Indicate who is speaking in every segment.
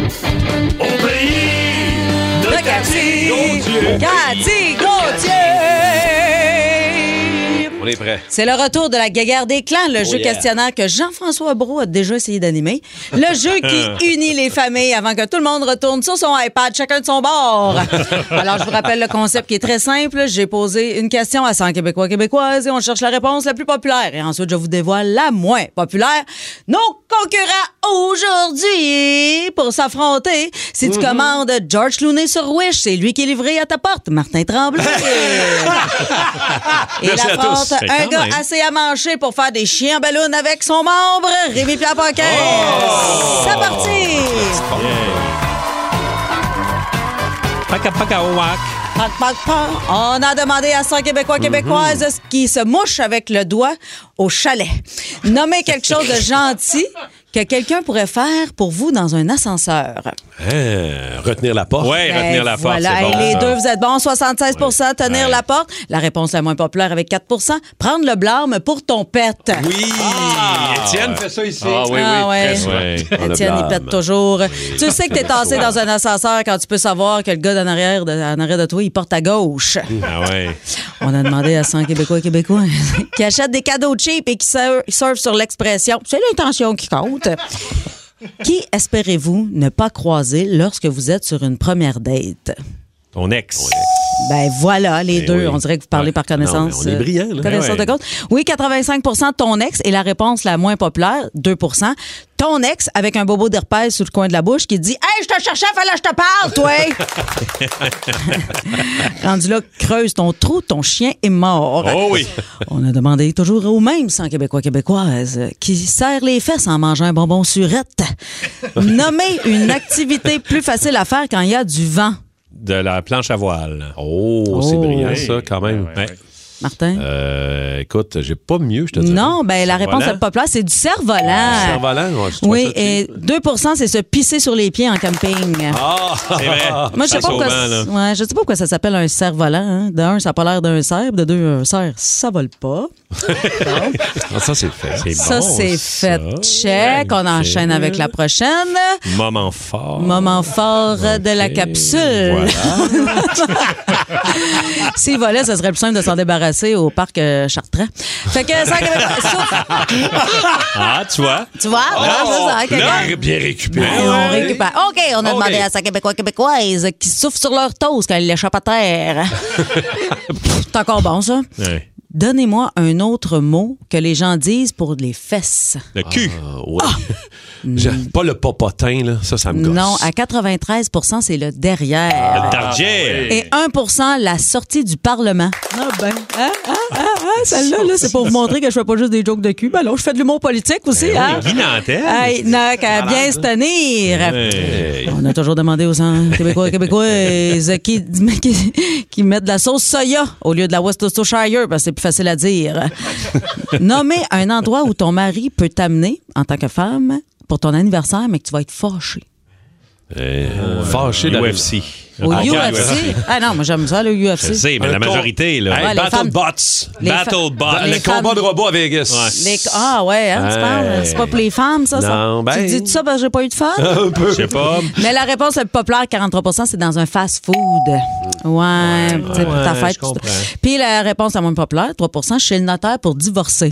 Speaker 1: Au pays de Cathy Gauthier.
Speaker 2: Cathy Gauthier!
Speaker 3: On est prêt.
Speaker 2: C'est le retour de la guéguerre des clans, le jeu
Speaker 3: yeah.
Speaker 2: questionnaire que Jean-François Brault a déjà essayé d'animer. Le jeu qui unit les familles avant que tout le monde retourne sur son iPad, chacun de son bord. Alors, je vous rappelle le concept qui est très simple. J'ai posé une question à 100 Québécois québécoises et on cherche la réponse la plus populaire. Et ensuite, je vous dévoile la moins populaire. Nos concurrents aujourd'hui pour s'affronter. Si tu commandes George Clooney sur Wish, c'est lui qui est livré à ta porte, Martin Tremblay. Et
Speaker 3: Merci à
Speaker 2: l'affronte
Speaker 3: tous.
Speaker 2: un
Speaker 4: Ben, quand
Speaker 2: gars
Speaker 4: même.
Speaker 2: assez à mancher pour faire des chiens ballons avec son membre, Rémi Pierre Paquin.
Speaker 4: Oh!
Speaker 2: C'est parti!
Speaker 4: Paca, paca, ouac.
Speaker 2: Pac, pac, pac. On a demandé à 100 Québécois québécoises
Speaker 4: Mm-hmm.
Speaker 2: ce qui se mouchent avec le doigt au chalet. Nommez quelque chose de gentil que quelqu'un pourrait faire pour vous dans un ascenseur.
Speaker 3: Hein, retenir la porte.
Speaker 4: Ouais,
Speaker 2: Ben,
Speaker 4: retenir la force.
Speaker 2: voilà.
Speaker 4: c'est bon,
Speaker 2: Et les
Speaker 4: ça.
Speaker 2: deux, vous êtes bons. 76 tenir
Speaker 4: Ouais.
Speaker 2: la porte. La réponse la moins populaire avec 4 prendre le blâme pour ton pet.
Speaker 3: Oui.
Speaker 5: Étienne fait ça ici.
Speaker 3: Ah oui,
Speaker 2: Ah
Speaker 3: oui,
Speaker 2: ouais.
Speaker 3: très souvent.
Speaker 4: Ouais.
Speaker 3: On le
Speaker 2: Étienne, il
Speaker 3: blâme.
Speaker 2: pète toujours. Tu sais que t'es tassé dans un ascenseur quand tu peux savoir que le gars d'en arrière, de, en arrière de toi, il porte à gauche.
Speaker 3: Mm.
Speaker 4: Ah ouais.
Speaker 2: On a demandé à 100 Québécois et Québécois qui achètent des cadeaux cheap et qui sur- surfent sur l'expression. C'est l'intention qui compte. Qui espérez-vous ne pas croiser lorsque vous êtes sur une première date?
Speaker 4: Ton ex.
Speaker 2: Ben voilà, les
Speaker 4: Ben
Speaker 2: deux.
Speaker 4: oui.
Speaker 2: On dirait que vous parlez
Speaker 4: Ouais.
Speaker 2: par connaissance.
Speaker 3: Non, mais on est
Speaker 2: brillant,
Speaker 3: brillants, là.
Speaker 2: Connaissance
Speaker 4: Ben
Speaker 2: de cause. Oui, 85 de ton ex est la réponse la moins populaire, 2 Ton ex avec un bobo d'herpès sous le coin de la bouche qui dit Hey, je te cherchais, fallait que je te parle, toi! Rendu là, creuse ton trou, ton chien est mort.
Speaker 4: Oh oui.
Speaker 2: On a demandé toujours aux mêmes 100 Québécois québécoises euh, qui serrent les fesses en mangeant un bonbon surette. Nommez une activité plus facile à faire quand il y a du vent.
Speaker 4: De la planche à voile.
Speaker 3: Oh, c'est
Speaker 2: Oh.
Speaker 3: brillant ça, quand même.
Speaker 4: Ouais.
Speaker 2: Martin?
Speaker 3: Euh, écoute, j'ai pas mieux, je te dis.
Speaker 2: Non, ben la réponse
Speaker 4: Cerf-volant.
Speaker 2: à pas place, c'est du cerf-volant.
Speaker 3: Cerf-volant, ouais, je trouve
Speaker 2: oui,
Speaker 3: ça
Speaker 2: et 2 c'est se pisser sur les pieds en camping.
Speaker 4: C'est vrai.
Speaker 2: Moi, je sais,
Speaker 4: Ah, Ça
Speaker 2: pas pourquoi,
Speaker 4: sauvant, là.
Speaker 2: ouais, je sais pas pourquoi ça s'appelle un cerf-volant. hein. De un, ça n'a pas l'air d'un cerf. De deux, un cerf, ça vole pas.
Speaker 3: Ah, ça, c'est fait.
Speaker 4: C'est
Speaker 2: ça,
Speaker 4: bon,
Speaker 2: c'est
Speaker 4: Oh, ça.
Speaker 2: fait. Check. On enchaîne avec la prochaine.
Speaker 4: Moment fort.
Speaker 2: Moment fort de la
Speaker 4: Oh, Ok.
Speaker 2: capsule.
Speaker 4: Voilà.
Speaker 2: S'il volait, ça serait plus simple de s'en débarrasser au parc euh, Chartrand. Fait que, ça,
Speaker 4: Ah, tu vois.
Speaker 2: tu vois? Ah, ça, Ah, ça, ok,
Speaker 4: Oh, Là,
Speaker 2: ok.
Speaker 4: bien récupéré.
Speaker 2: Et on récupère. OK, on a demandé
Speaker 4: Ah OK.
Speaker 2: à sa Québécois québécoise qui souffle sur leur toast quand elle l'échappe à terre. Pff, C'est encore bon, ça.
Speaker 4: Ouais.
Speaker 2: Donnez-moi un autre mot que les gens disent pour les fesses.
Speaker 4: Le cul.
Speaker 3: Ah, ouais. J'ai- Pas le popotin, là. Ça, ça me gosse.
Speaker 2: Non, à 93 c'est le
Speaker 3: Ah,
Speaker 2: derrière.
Speaker 4: Le
Speaker 3: ben
Speaker 4: Dardier.
Speaker 2: Et 1 la sortie du Parlement. Ah ben, ah, ah, ah, ah, celle-là, là, c'est pour vous montrer que je fais pas juste des jokes de cul. Ben non, je fais de l'humour politique aussi. hein?
Speaker 4: Guy Nantel.
Speaker 2: Hey, n'a qu'à bien se tenir. On a toujours demandé aux gens québécois et québécoises qui, qui, qui mettent de la sauce soya au lieu de la Worcestershire parce que c'est plus facile à dire. Nommer un endroit où ton mari peut t'amener en tant que femme pour ton anniversaire, mais que tu vas être fâchée.
Speaker 3: Eh,
Speaker 4: Euh,
Speaker 3: Fâché d'aller-
Speaker 4: UFC.
Speaker 2: Au
Speaker 4: Ah,
Speaker 2: UFC. Ah non, moi j'aime ça, le
Speaker 4: Je
Speaker 2: UFC.
Speaker 4: sais, mais
Speaker 3: Un
Speaker 4: la
Speaker 3: con-
Speaker 4: majorité, là.
Speaker 3: Hey,
Speaker 2: Ouais, les
Speaker 3: Battle
Speaker 2: femmes-
Speaker 3: Bots.
Speaker 2: les
Speaker 4: Battle
Speaker 2: fa-
Speaker 4: Bot.
Speaker 2: les
Speaker 3: Le combat
Speaker 2: femmes-
Speaker 3: de robots à Vegas.
Speaker 2: Les- ah ouais, hein, tu
Speaker 3: Hey.
Speaker 2: parles? C'est pas pour les femmes, ça? ça?
Speaker 3: Non, ben-
Speaker 2: Tu dis tout ça parce que j'ai pas eu de fun?
Speaker 3: Un peu.
Speaker 4: Je sais pas.
Speaker 2: Mais la réponse la plus populaire, 43 c'est dans un fast-food. Ouais, tu sais, pour ta
Speaker 4: ouais,
Speaker 2: fête.
Speaker 4: je comprends.
Speaker 2: tout ça. Puis la réponse la moins populaire, 3 chez le notaire pour divorcer.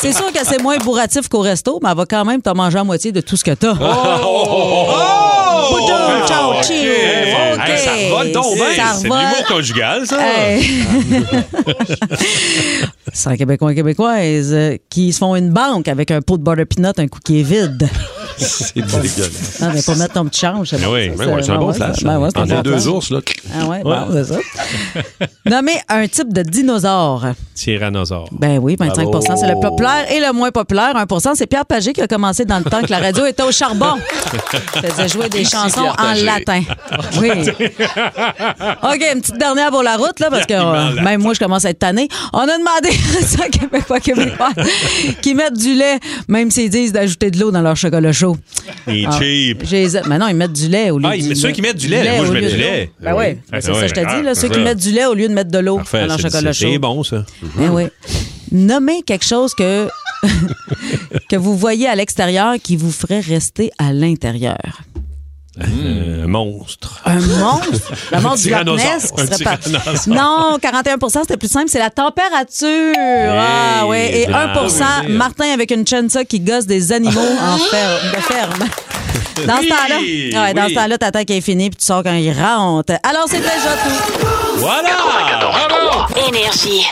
Speaker 2: c'est sûr que c'est moins bourratif qu'au resto, mais elle va quand même te manger à moitié de tout ce que t'as.
Speaker 4: Oh,
Speaker 2: Boudou, ciao, cheers. OK.
Speaker 4: Hey, ça revole donc bien.
Speaker 2: Ça
Speaker 4: C'est de
Speaker 2: revole.
Speaker 4: l'humour conjugal, ça.
Speaker 2: Hey. Sans Québécois et Québécoises euh, qui se font une banque avec un pot de butter peanut, un coup qui est vide.
Speaker 3: C'est dégueulasse.
Speaker 2: Non, Ah, mais pas mettre ton petit change. c'est
Speaker 4: Ah
Speaker 2: bon,
Speaker 4: oui,
Speaker 2: ça,
Speaker 4: ben
Speaker 2: ça,
Speaker 4: ouais,
Speaker 3: C'est un
Speaker 2: ben
Speaker 3: bon
Speaker 2: ouais,
Speaker 3: flash.
Speaker 2: ça- ben ouais, c'est un
Speaker 3: En
Speaker 2: bon flash.
Speaker 3: deux ours, là.
Speaker 2: Ah ouais, bon, c'est ça. Nommez un type de dinosaure.
Speaker 4: Tyrannosaure.
Speaker 2: Ben oui, 25 c'est le populaire et le moins populaire. 1 c'est Pierre Pagé qui a commencé dans le temps que la radio était au charbon. Il faisait jouer des chansons
Speaker 3: Pierre
Speaker 2: en
Speaker 3: Pagé.
Speaker 2: latin. Oui. OK, une petite dernière pour la route, là, parce que euh, même moi, je commence à être tannée. On a demandé à ça, Québécois, Québécois, qui mettent du lait, même s'ils disent d'ajouter de l'eau dans leur chocolat chaud.
Speaker 4: Il est
Speaker 2: Ah,
Speaker 4: cheap.
Speaker 2: je les ai- Mais non, ils mettent du lait au lieu
Speaker 4: Ah, ils
Speaker 2: du
Speaker 4: mettent- ceux qui mettent du lait, moi,
Speaker 2: au
Speaker 4: je mets
Speaker 2: lieu
Speaker 4: du
Speaker 2: de
Speaker 4: lait.
Speaker 2: l'eau. Ben oui,
Speaker 4: Ah,
Speaker 2: c'est ça
Speaker 4: oui.
Speaker 2: que je te dis.
Speaker 4: Ah,
Speaker 2: Là, ceux qui
Speaker 4: ça.
Speaker 2: mettent du lait au lieu de mettre de l'eau
Speaker 4: Parfait.
Speaker 2: dans leur
Speaker 4: c'est-
Speaker 2: chocolat chaud.
Speaker 4: C'est bon, ça.
Speaker 2: Ben oui. Nommez quelque chose que, que vous voyez à l'extérieur qui vous ferait rester à l'intérieur.
Speaker 3: Euh, Un monstre.
Speaker 2: Un monstre. Le monstre du Loch Ness.
Speaker 3: tyrannosaure.
Speaker 2: qui serait
Speaker 3: Un
Speaker 2: pas- Non, 41 c'était plus simple. C'est la température. ah, ouais. Et
Speaker 3: bien.
Speaker 2: 1 Martin avec une chensa qui gosse des animaux en ferme. de ferme. Dans ce temps-là,
Speaker 4: Oui,
Speaker 2: ouais, dans
Speaker 4: oui.
Speaker 2: ce temps-là, ta est finie puis tu sors quand il rentre. Alors, c'est déjà tout.
Speaker 4: Voilà!
Speaker 6: Énergie.